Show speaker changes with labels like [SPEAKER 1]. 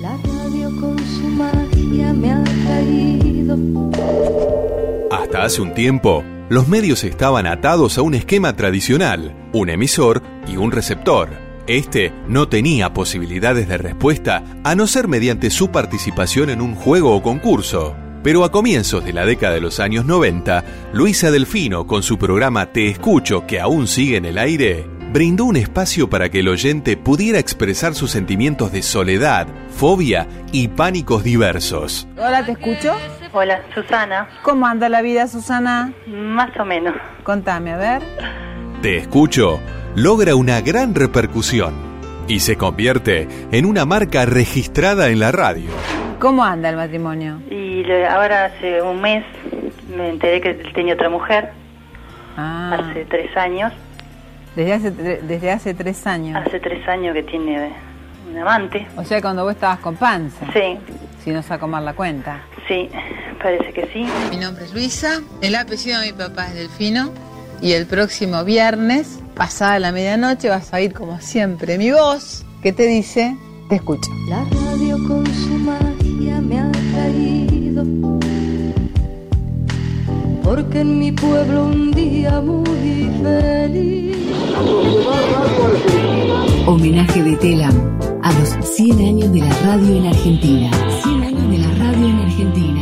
[SPEAKER 1] La radio con su magia me ha traído.
[SPEAKER 2] Hasta hace un tiempo, los medios estaban atados a un esquema tradicional, un emisor y un receptor. Este no tenía posibilidades de respuesta a no ser mediante su participación en un juego o concurso. Pero a comienzos de la década de los años 90, Luisa Delfino, con su programa Te Escucho, que aún sigue en el aire, brindó un espacio para que el oyente pudiera expresar sus sentimientos de soledad, fobia y pánicos diversos.
[SPEAKER 3] Hola, te escucho.
[SPEAKER 4] Hola, Susana.
[SPEAKER 3] ¿Cómo anda la vida, Susana?
[SPEAKER 4] Más o menos.
[SPEAKER 3] Contame, a ver.
[SPEAKER 2] Te Escucho logra una gran repercusión y se convierte en una marca registrada en la radio.
[SPEAKER 3] ¿Cómo anda el matrimonio?
[SPEAKER 4] Y le- ahora hace un mes me enteré que tenía otra mujer,
[SPEAKER 3] Ah,
[SPEAKER 4] hace tres años.
[SPEAKER 3] desde hace, tre- desde hace tres años.
[SPEAKER 4] Hace tres años que tiene un amante.
[SPEAKER 3] O sea, cuando vos estabas con panza.
[SPEAKER 4] Sí,
[SPEAKER 3] Si no saco mal la cuenta.
[SPEAKER 4] sí, parece que sí.
[SPEAKER 5] Mi nombre es Luisa, el apellido de mi papá es Delfino y el próximo viernes, pasada la medianoche, vas a oír como siempre mi voz que te dice, te escucho.
[SPEAKER 1] La radio con su magia me ha traído. Porque en mi pueblo un día muy feliz.
[SPEAKER 6] Homenaje de Telam a los 100 años de la radio en Argentina. 100 años de la radio en Argentina.